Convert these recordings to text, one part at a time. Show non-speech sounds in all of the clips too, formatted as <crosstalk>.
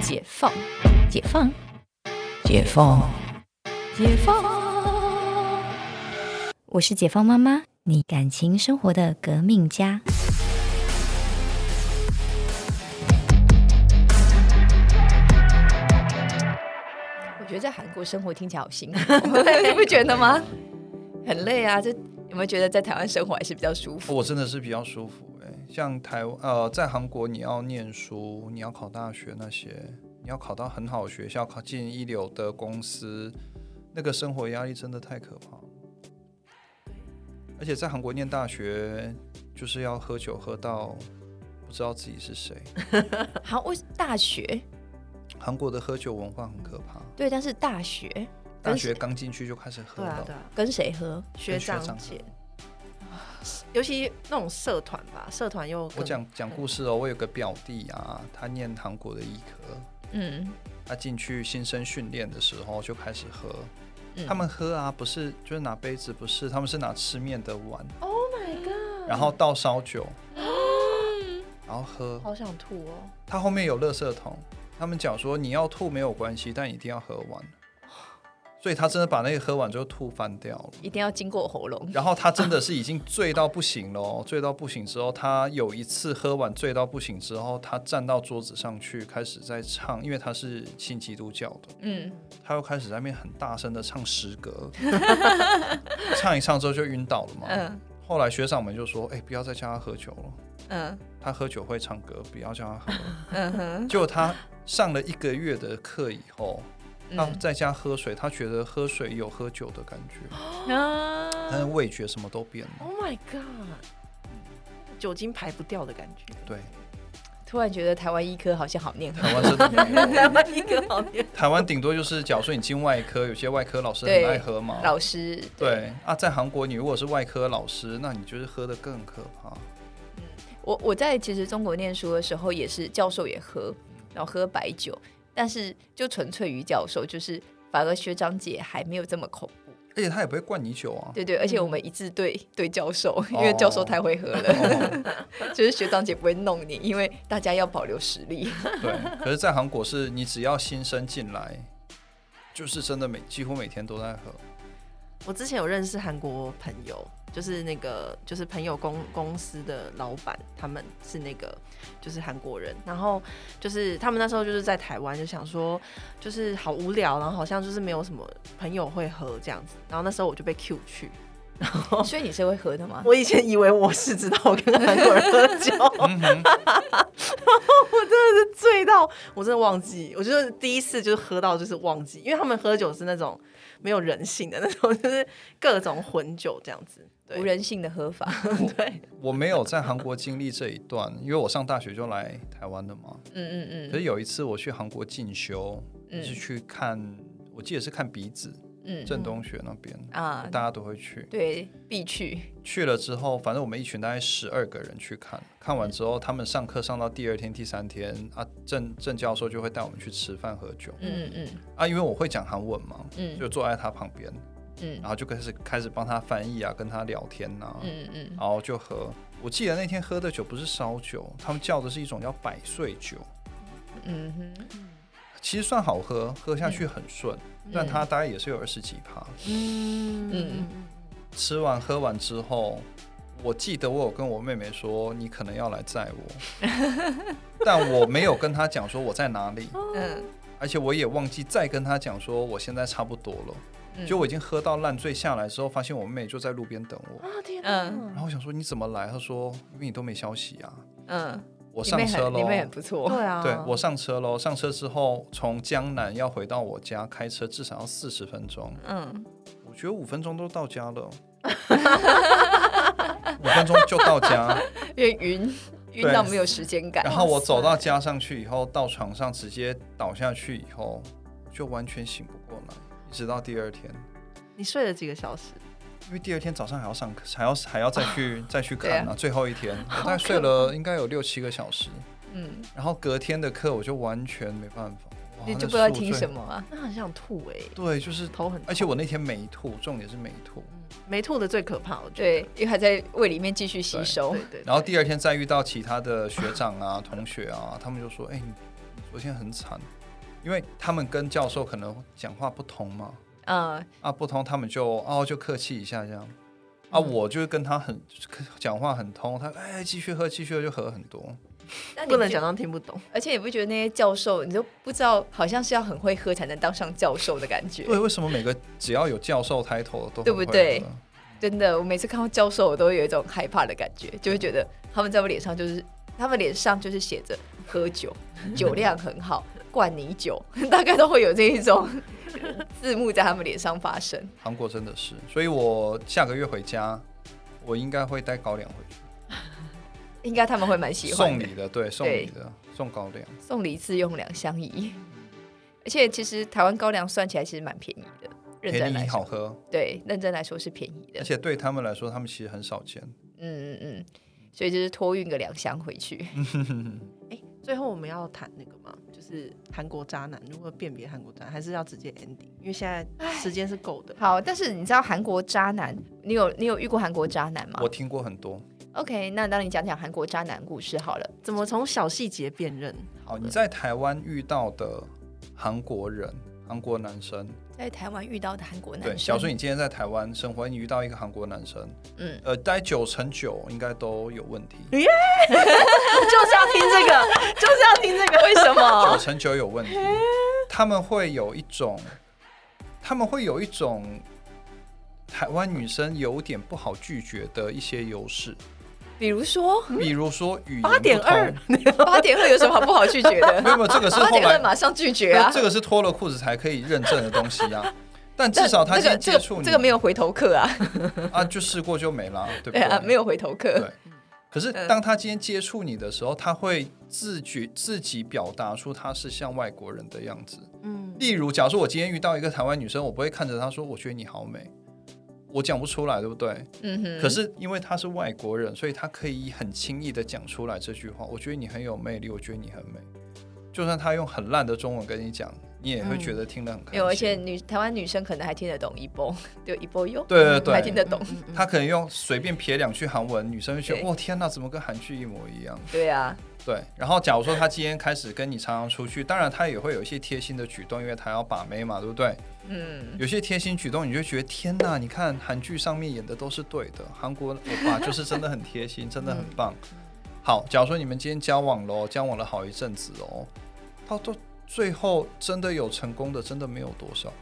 解放，解放，解放，解放。我是解放妈妈，你感情生活的革命家。我觉得在韩国生活听起来好 <laughs> 辛苦，你不觉得吗？很累啊，就有没有觉得在台湾生活还是比较舒服？我真的是比较舒服哎、像台湾呃，在韩国你要念书，你要考大学那些，你要考到很好的学校，考进一流的公司，那个生活压力真的太可怕了。而且在韩国念大学，就是要喝酒喝到不知道自己是谁。好，我大学韩国的喝酒文化很可怕，对，但是大学大学刚进去就开始喝对啊到，对啊，跟谁喝？学学长长姐，嗯尤其那种社团吧，社团又我更讲讲故事哦，我有个表弟啊，他念韩国的医科，嗯，他啊进去新生训练的时候就开始喝。嗯他们喝啊，不是就是拿杯子，不是，他们是拿吃面的碗， ，Oh my god，嗯然后倒烧 <gasps> 酒，然后喝。好想吐哦，他后面有垃圾桶，他们讲说你要吐没有关系，但一定要喝完。所以他真的把那个喝完之后吐翻掉了。一定要经过喉咙。然后他真的是已经醉到不行了哦，醉到不行之后，他有一次喝完醉到不行之后，他站到桌子上去开始在唱，因为他是信基督教的，嗯，他又开始在那边很大声的唱诗 <laughs> 歌，唱一唱之后就晕倒了嘛。嗯后来学长们就说：“哎、不要再叫他喝酒了，嗯他喝酒会唱歌，不要叫他喝。嗯哼，”结果他上了一个月的课以后，他嗯在家喝水，他觉得喝水有喝酒的感觉，但是啊，味觉什么都变了。 ，Oh my god，酒精排不掉的感觉，对，突然觉得台湾医科好像好 <laughs> 念很台湾真的没 <laughs> 有。台湾一个好念，台湾顶多就是，假如说你进外科，有些外科老师很对爱喝嘛。老师，哦对啊，在韩国你如果是外科老师，那你就是喝的更可怕。我我在其实中国念书的时候也是，教授也喝，然后喝白酒，但是就纯粹于教授，就是反而学长姐还没有这么恐怖，而且他也不会灌你酒啊。对对，而且我们一致对对教授，因哦为教授太会喝了， <laughs> 哦就是学长姐不会弄你，因为大家要保留实力，对，可是，在韩国是你只要新生进来，就是真的每几乎每天都在喝。我之前有认识韩国朋友，就是那个就是朋友公公司的老板，他们是那个就是韩国人，然后就是他们那时候就是在台湾，就想说就是好无聊，然后好像就是没有什么朋友会喝这样子，然后那时候我就被 Q 去。哦所以你是会喝的吗？我以前以为我是知道我跟韩国人喝酒，嗯 <laughs> 哼，醉到我真的忘记，我就是第一次就是喝到就是忘记，因为他们喝酒是那种没有人性的那种，就是各种混酒这样子。对无，人性的喝法，对，我没有在韩国经历这一段，因为我上大学就来台湾了嘛。嗯嗯可嗯是有一次我去韩国进修，嗯是去看，我记得是看鼻子嗯郑东学那边，啊，大家都会去。对，必去，去了之后，反正我们一群大概十二个人去看，看完之后，他们上课上到第二天、第三天啊，郑郑教授就会带我们去吃饭喝酒嗯嗯啊，因为我会讲韩文嘛，嗯就坐在他旁边，嗯然后就开始开始帮他翻译啊，跟他聊天啊，嗯嗯然后就喝。我记得那天喝的酒不是烧酒，他们叫的是一种叫百岁酒，嗯哼其实算好喝，喝下去很顺，但它大概也是有二十几趴。嗯嗯吃完喝完之后，我记得我有跟我妹妹说，你可能要来载我， <laughs> 但我没有跟她讲说我在哪里，嗯而且我也忘记再跟她讲说我现在差不多了。嗯，就我已经喝到烂醉下来之后，发现我妹妹就在路边等我，啊天哪，嗯然后我想说你怎么来？她说因为你都没消息啊。嗯。我你上妹车很，你喽，妹很哦不错。对啊，对 <laughs> 我上车喽。上车之后，从江南要回到我家，开车至少要四十分钟。嗯，我觉得五分钟都到家 <laughs> 了，五分钟就 <laughs> 到家。因为晕晕对到没有时间感。然后我走到家上去以后，到床上直接倒下去以后，就完全醒不过来，一直到第二天，你睡了几个小时？因为第二天早上还要上课，还要还要再去 <laughs> 再去对看啊啊，最后一天我大概睡了应该有六七个小时，嗯，然后隔天的课我就完全没办法，哇你那就不知道宿听醉什么啊。那很想吐哎、对，就是，头很痛，而且我那天没吐，重点是没吐，嗯没吐的最可怕，我觉对，因为还在胃里面继续吸对得。收对。对对， <laughs> 然后第二天再遇到其他的学长啊、同学啊，他们就说：“哎、你昨天很惨，因为他们跟教授可能讲话不同嘛，嗯，啊不通，他们就哦就客气一下这样。啊，嗯我就是跟他很讲话很通，他哎继续喝继续喝就喝很多，那你不能觉假装听不懂。而且你不觉得那些教授，你都不知道，好像是要很会喝才能当上教授的感觉。对，为什么每个只要有教授抬头都很对不会对喝真的，我每次看到教授，我都有一种害怕的感觉，就会觉得他们在我脸上就是，他们脸上就是写着喝 <laughs> 酒，酒量很好，灌你酒，大概都会有这一种字幕在他们脸上发生。韩国真的是，所以我下个月回家，我应该会带高粱回去，应该他们会蛮喜欢送的，礼的，对，送礼的，送高粱。送礼自用两相宜。而且其实台湾高粱算起来其实蛮便宜的，认真便来宜好说，喝，对，认真来说是便宜的而。且对他们来说，他们其实很少见。嗯嗯嗯，所以就是托运个两箱回去。哎、最后我们要谈那个吗？就是韩国渣男如何辨别韩国渣男，还是要直接 ending？因为现在时间是够的。好，但是你知道韩国渣男，你有你有遇过韩国渣男吗我听过很多。 ？OK，那当你讲讲韩国渣男故事好了。怎么从小细节辨认？好，你在台湾遇到的韩国人、韩国男生，在台湾遇到的韩国男对，小顺，你今天在台湾生活，你遇到一个韩国男生，嗯，呃，大概九成九应该都有问 <laughs> 题，就是要听这个，就是要听这个。为什九么？成九有 <laughs> 问题，他们会有一种，他们会有一种台湾女生有点不好拒绝的一些优势，比如说比如说语言八点不二通， <laughs> 八点会有什么好不好拒绝没有的？没有，这个是八后点会来马上拒绝那啊。这个是脱了裤子才可以认证的东西啊。但至少他这个先这接个触你，这个没有回头客啊，啊，就试过就没了，对不对对？啊，没有回头对嗯客。。可是当他今天接触你的时候，他会自觉自己表达出他是像外国人的样子。嗯，例如，假如说我今天遇到一个台湾女生，我不会看着她说“我觉得你好美”，我讲不出来，对不对？嗯哼，可是因为她是外国人，所以她可以很轻易的讲出来这句话。我觉得你很有魅力，我觉得你很美。就算她用很烂的中文跟你讲，你嗯也会觉得听得很开没心。有，而且女台湾女生可能还听得懂一波，就一波哟，对对嗯还听得对，懂。她可能用随便撇两句韩文，女生就觉得对哇天哪，怎么跟韩剧一模一样？对啊，对，然后假如说他今天开始跟你常常出去，当然他也会有一些贴心的举动，因为他要把妹嘛，对不对？嗯，有些贴心举动，你就觉得天哪！你看韩剧上面演的都是对的，韩国欧巴就是真的很贴心，真的很棒。好，假如说你们今天交往喽，交往了好一阵子哦，到到最后真的有成功的，真的没有多少。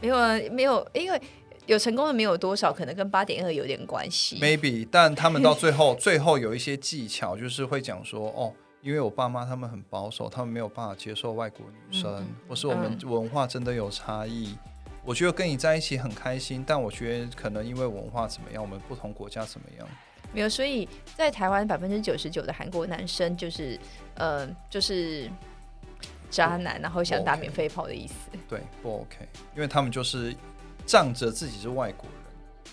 没有啊，没有，因为有成功的没有多少，可能跟八点二有点关系。 maybe，但他们到最后，最后有一些技巧，就是会讲说，哦，因为我爸妈他们很保守，他们没有办法接受外国女生，或是我们文化真的有差异。我觉得跟你在一起很开心，但我觉得可能因为文化怎么样，我们不同国家怎么样，没有，所以在台湾百分之九十九的韩国男生就是，呃，就是渣男，然后想打 OK 免费炮的意思。对，不 OK，因为他们就是仗着自己是外国人，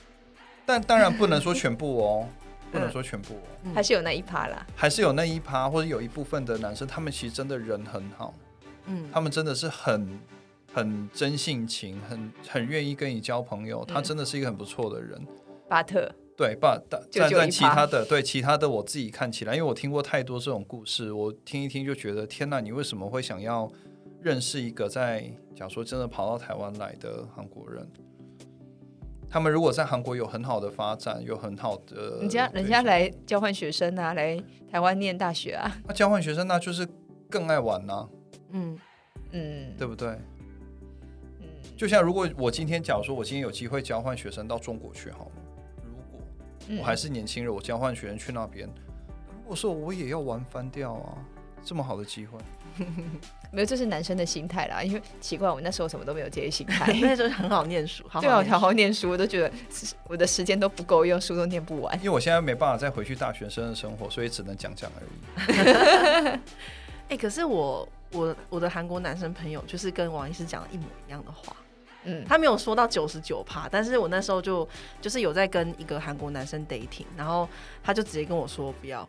但当然不能说全部哦，不能说全部哦，嗯还是有那一趴啦，还是有那一趴或者有一部分的男生，他们其实真的人很好，嗯他们真的是很很真性情，很很愿意跟你交朋嗯友，他真的是一个很不错的人。巴特。对，把但就但就但一其趴他的对其他的我自己看起来，因为我听过太多这种故事，我听一听就觉得天呐，你为什么会想要认识一个在假如说真的跑到台湾来的韩国人？他们如果在韩国有很好的发展，有很好的，人家人家来交换学生啊，来台湾念大学啊，那交换学生，那就是更爱玩啊呐、嗯。嗯，对不对？嗯，就像如果我今天假如说我今天有机会交换学生到中国去好了，如果嗯我还是年轻人，我交换学生去那边，如果说我也要玩翻掉啊，这么好的机会，没有，这是男生的心态啦。因为奇怪，我那时候什么都没有这些心态那就是很好念书，好对啊，好我念 <laughs> 好书。好念书，我都觉得我的时间都不够用，书都念不完。因为我现在没办法再回去大学生的生活，所以只能讲讲而已。哎、可是我我我的韩国男生朋友就是跟王医师讲的一模一样的话，嗯，他没有说到九十九趴，但是我那时候就就是有在跟一个韩国男生 dating，然后他就直接跟我说不要。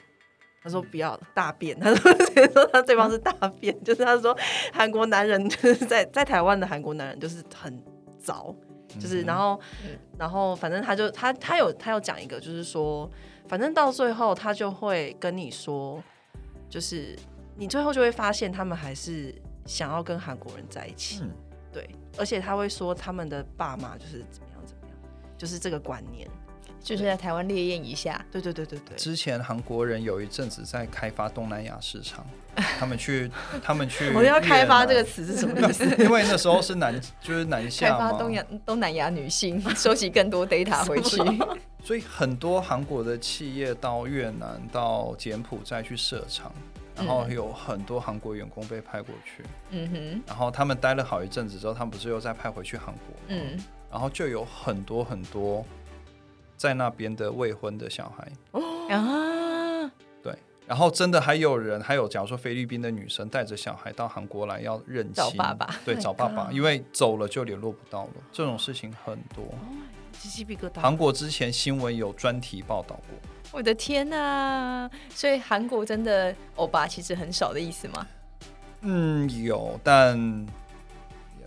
他说不要大便，他说 <laughs> 直接说他对方是大便，就是他说韩国男人就是在在台湾的韩国男人就是很糟，就是嗯然后、嗯然后反正他就他他有他有讲一个，就是说反正到最后他就会跟你说，就是你最后就会发现他们还是想要跟韩国人在一起。嗯对，而且他会说他们的爸妈就是怎么样怎么样，就是这个观念。就是在台湾烈焰一下，对对对对对，之前韩国人有一阵子在开发东南亚市 <laughs> 场，他们去，他们去，我要开发这个，词是什么意思？因为那时候是南，就是南开下发嘛，东亚东南亚女性， <laughs> 收集更多 data 回 <laughs> 去。所以很多韩国的企业到越南、到柬埔寨去设厂，然后有很多韩国员工被派过去，嗯哼，然后他们待了好一阵子之后，他们不是又再派回去韩国，嗯，然后就有很多很多在那边的未婚的小孩，啊，对，然后真的还有人，还有假如说菲律宾的女生带着小孩到韩国来要认亲，找爸爸，Oh 对，找爸爸，因为走了就联络不到了，这种事情很多。Oh 鸡鸡皮疙瘩。韩国之前新闻有专题报道过，我的天呐、所以韩国真的欧巴其实很少的意思吗？嗯，有，但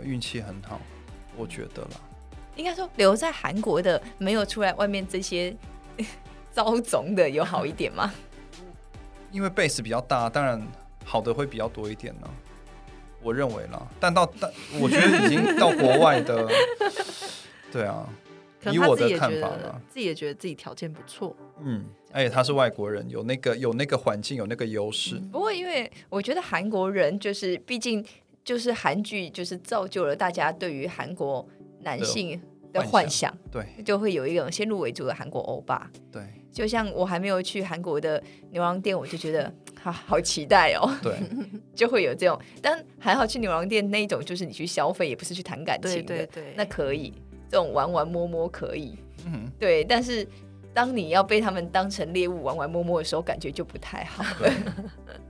运气很好，我觉得啦。应该说留在韩国的没有出来外面这些 <laughs> 遭总的有好一点吗？ <laughs> 因为 base 比较大，当然好的会比较多一点呢、我认为啦。但到但我觉得已经到国外的， <laughs> 对啊，可以能他我自的己也看觉法得啦，自己也觉得自己条件不错，嗯，而且他是外国人，有那个有那个环境，有那个优势，嗯不过，因为我觉得韩国人就是，毕竟就是韩剧，就是造就了大家对于韩国男性的幻想，对就会有一种先入为主的韩国欧巴。对就像我还没有去韩国的牛郎店，我就觉得好好期待哦，对，就会有这种。但还好去牛郎店那一种，就是你去消费，也不是去谈感情对的，对对，那 <laughs> 可以，这种玩玩摸摸可以，嗯，对。但是当你要被他们当成猎物玩玩摸摸的时候，感觉就不太好。对。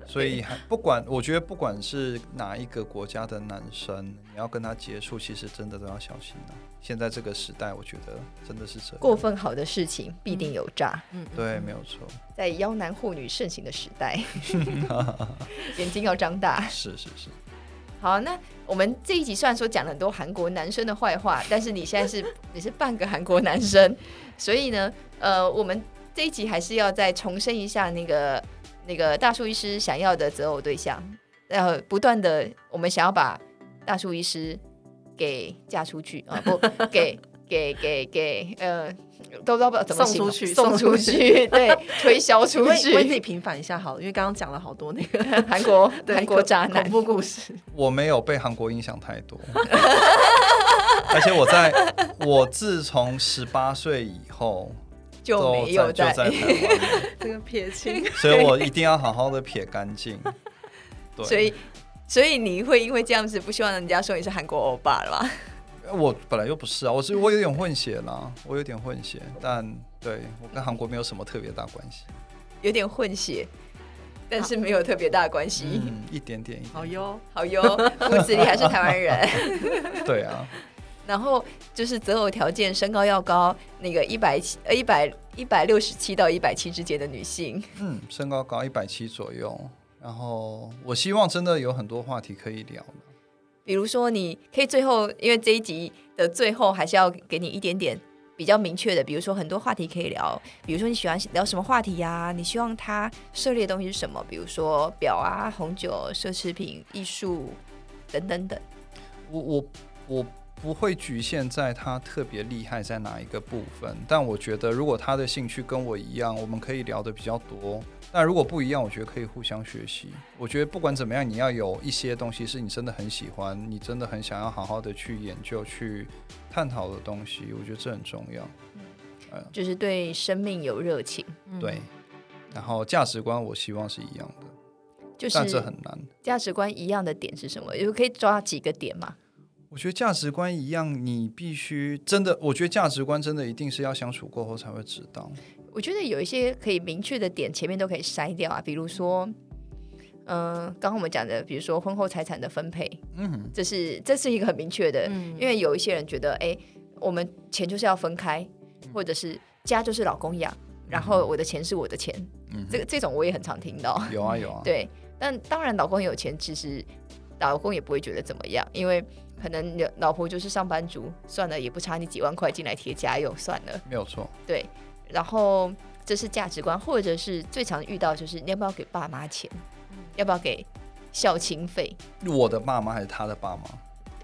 所以还不管，我觉得不管是哪一个国家的男生，你要跟他接触，其实真的都要小心了、现在这个时代，我觉得真的是这样。 <laughs> 过分好的事情必定有诈。嗯，嗯对，没有错，在妖男护女盛行的时 <laughs> 代，眼睛要张大。是是是，好，那我们这一集虽然说讲了很多韩国男生的坏话，但是你现在是 <laughs> 你是半个韩国男生，所以呢，呃，我们这一集还是要再重申一下那个那个大树医师想要的择偶对象，呃，不断的我们想要把大树医师给嫁出去 <laughs> 啊、不给给给给呃。都都不知道怎么送形容出去送送出出去， <laughs> 对，推销我出为去。为自己平反一下好了，因为刚刚讲了好多那个韩国对韩国渣恐男，怖故事， <laughs> 我没有被韩国影响太 <laughs> 多，而且我在我自从十八岁以后就都没有在就在。在台湾了，这个撇清。所以我一定要好好的撇干 <laughs> 净。对，所以，所以你会因为这样子不希望人家说你是韩国欧巴了吧？呃我本来就不是啊，我是我有点混血啦，我有点混血，但对我跟韩国没有什么特别大关系， <laughs> 有点混血，但是没有特别大的关系。嗯，一点点，一好点哟，好哟，骨子里还是台湾人。点，对啊，然后就是择偶条件，身高要高，那个一百七呃一百一百六十七到一百七之间的女性。嗯，身高高一百七左右，然后我希望真的有很多话题可以聊了比如说，你可以最后，因为这一集的最后还是要给你一点点比较明确的，比如说很多话题可以聊，比如说你喜欢聊什么话题呀、啊你希望他涉猎的东西是什么？比如说表啊、红酒、奢侈品、艺术等等等。我我我不会局限在他特别厉害在哪一个部分，但我觉得如果他的兴趣跟我一样，我们可以聊的比较多。但如果不一样，我觉得可以互相学习。我觉得不管怎么样，你要有一些东西是你真的很喜欢，你真的很想要好好的去研究、去探讨的东西，我觉得这很重要。就是对生命有热情，对，然后价值观我希望是一样的，就但这是很难。价值观一样的点是什么？就可以抓几个点嘛？我觉得价值观一样，你必须真的，我觉得价值观真的一定是要相处过后才会知道。我觉得有一些可以明确的点，前面都可以筛掉啊，比如说，嗯、刚刚我们讲的，比如说婚后财产的分配，嗯，这是这是一个很明确的，嗯因为有一些人觉得，哎、我们钱就是要分开，或者是家就是老公养，然后我的钱是我的钱，嗯哼这个这种我也很常听到。有嗯啊有啊， <laughs> 对，但当然老公有钱，其实老公也不会觉得怎么样，因为可能你的老婆就是上班族，算了，也不差你几万块进来贴家用，算了。没有错。对，然后这是价值观，或者是最常遇到就是你要不要给爸妈钱？嗯要不要给孝亲费，我的爸妈还是他的爸妈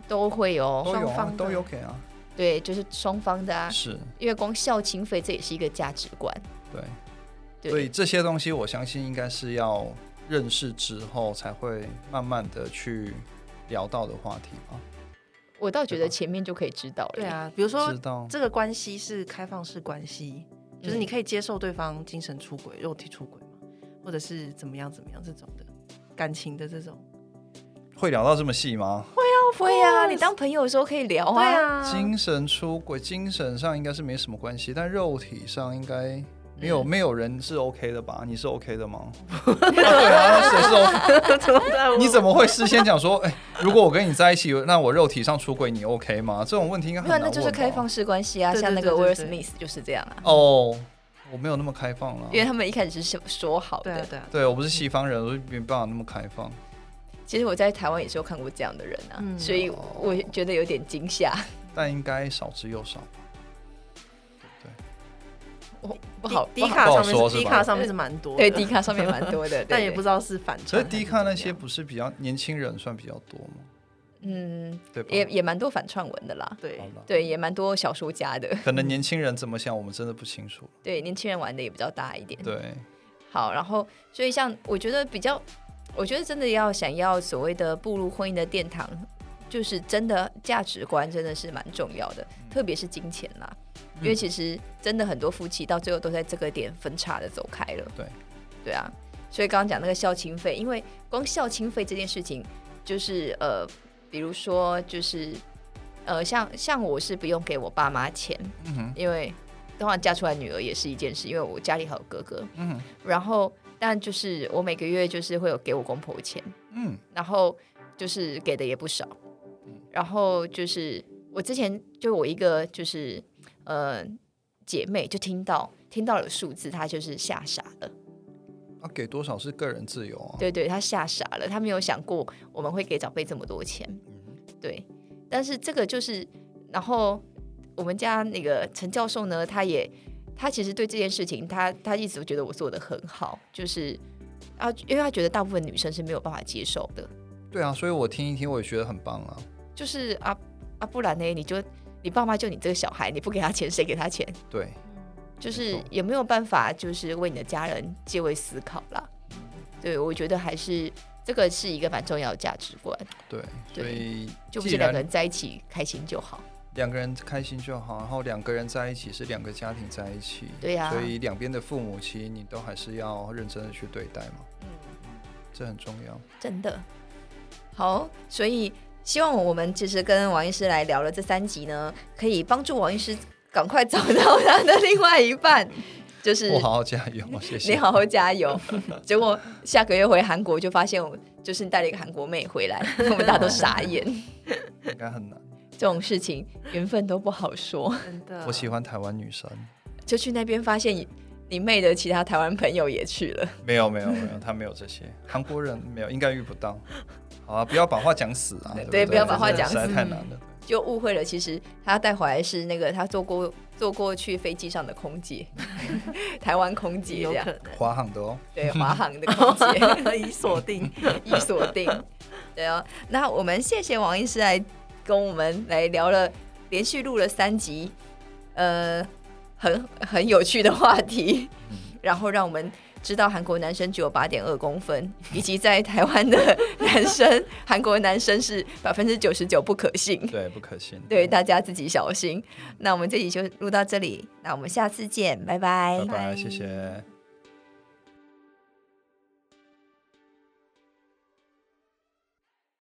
都会哦。都有双啊方，的都有给啊，对，就是双方的啊，是因为光孝亲费这也是一个价值观。对，所以对，这些东西我相信应该是要认识之后才会慢慢的去聊到的话题吧。我倒觉对得吧前面就可以知道了。对，啊，比如说知道这个关系是开放式关系，就是你嗯可以接受对方精神出轨、肉体出轨嘛，或者是怎么样怎么样这种的感情的这种。会聊到这么细吗？会啊， course 你当朋友的时候可以聊对啊。啊， <laughs> 精神出轨，精神上应该是没什么关系，但肉体上应该没嗯有、没有人是 OK 的吧？你是 OK 的 <laughs> 吗？对啊，谁是 OK？怎么办你怎么会事先讲说，哎、如果我跟你在一起，那我肉体上出轨，你 OK 吗？这种问题应该没很有，啊难那就是问吧开放式关系啊，对对像那个对威尔对史对密斯就是这样啊，哦，我没有那么开放了因。为他们一开始是说好对啊的。对啊，对我不是西方人，我就没办法那么开放。其实我在台湾也是有看过这样的人啊，嗯所以我觉得有点惊吓。但应该少之又少。我不好，迪不迪好卡上不好说面是是迪吧卡上面是蛮多的， <laughs> 对迪卡上面蛮多的，但也不是知道是反串所以还是低看那怎么些样不是比较年轻人算比较多吗？嗯，对吧？哦也也蛮多反串文的啦。好对了，对，也蛮多小说家的。可能年轻人怎么想，我们真的不清楚。对，年轻人玩的也比较大一点。对，好，然后所以像我觉得比较，我觉得真的要想要所谓的步入婚姻的殿堂，就是真的价值观真的是蛮重要的，特别是金钱啦，因为其实真的很多夫妻到最后都在这个点分叉的走开了。对，对啊，所以刚刚讲那个孝亲费，因为光孝亲费这件事情，就是呃，比如说就是呃，像像我是不用给我爸妈钱，嗯哼，因为当然嫁出来女儿也是一件事，因为我家里还有哥哥，嗯哼，然后但就是我每个月就是会有给我公婆钱，嗯，然后就是给的也不少，然后就是我之前就我一个就是呃姐妹就听到听到了数字，她就是吓傻了，啊，给多少是个人自由啊？对对，她吓傻了，她没有想过我们会给长辈这么多钱，嗯对，但是这个就是，然后我们家那个陈教授呢，他也他其实对这件事情，他他一直都觉得我做的很好，就是啊，因为他觉得大部分女生是没有办法接受的，对啊，所以我听一听，我也觉得很棒啊。就是啊啊，不然呢，你就你爸妈就你这个小孩，你不给他钱，谁给他钱？对，就是没错也没有办法，就是为你的家人借位思考啦。对，我觉得还是这个是一个蛮重要的价值观，对，对所以就不既是两个然人在一起开心就好。两个人开心就好，然后两个人在一起是两个家庭在一起，对啊所以两边的父母亲你都还是要认真的去对待嘛，嗯，这很重要。真的。好，所以希望我们其实跟王医师来聊了这三集呢，可以帮助王医师赶快找到他的另外一半，就是我好好加 <laughs> 油，谢谢。你好好加 <laughs> 油。结果下个月回韩国就发现，我就是带了一个韩国妹回来，我们大家都傻眼。应该很难。这种事情缘分都不好说，真的，<laughs> 我喜欢台湾女生，就去那边发现你妹的其他台湾朋友也去了。没有没有没有，他没有这些，韩国人没有，应该遇 <laughs> 不到。好啊，不要把话讲死啊！对不对不要把话真的讲实在死太难了。就误会了，其实他带回来是那个他坐过坐过去飞机上的空 <laughs> 姐，台湾空姐有这样可， <laughs> 华航的哦，对，华航的空姐能已锁定，一锁定。对哦，那我们谢谢王医师来跟我们来聊了，连续录了三集，呃，很很有趣的话题，嗯然后让我们知道韩国男生只有八点二公分，以及在台湾的男生，韩国男生是百分之九十九不可信。对，不可信。对，大家自己小心。那我们这集就录到这里，那我们下次见，拜拜拜拜，谢谢。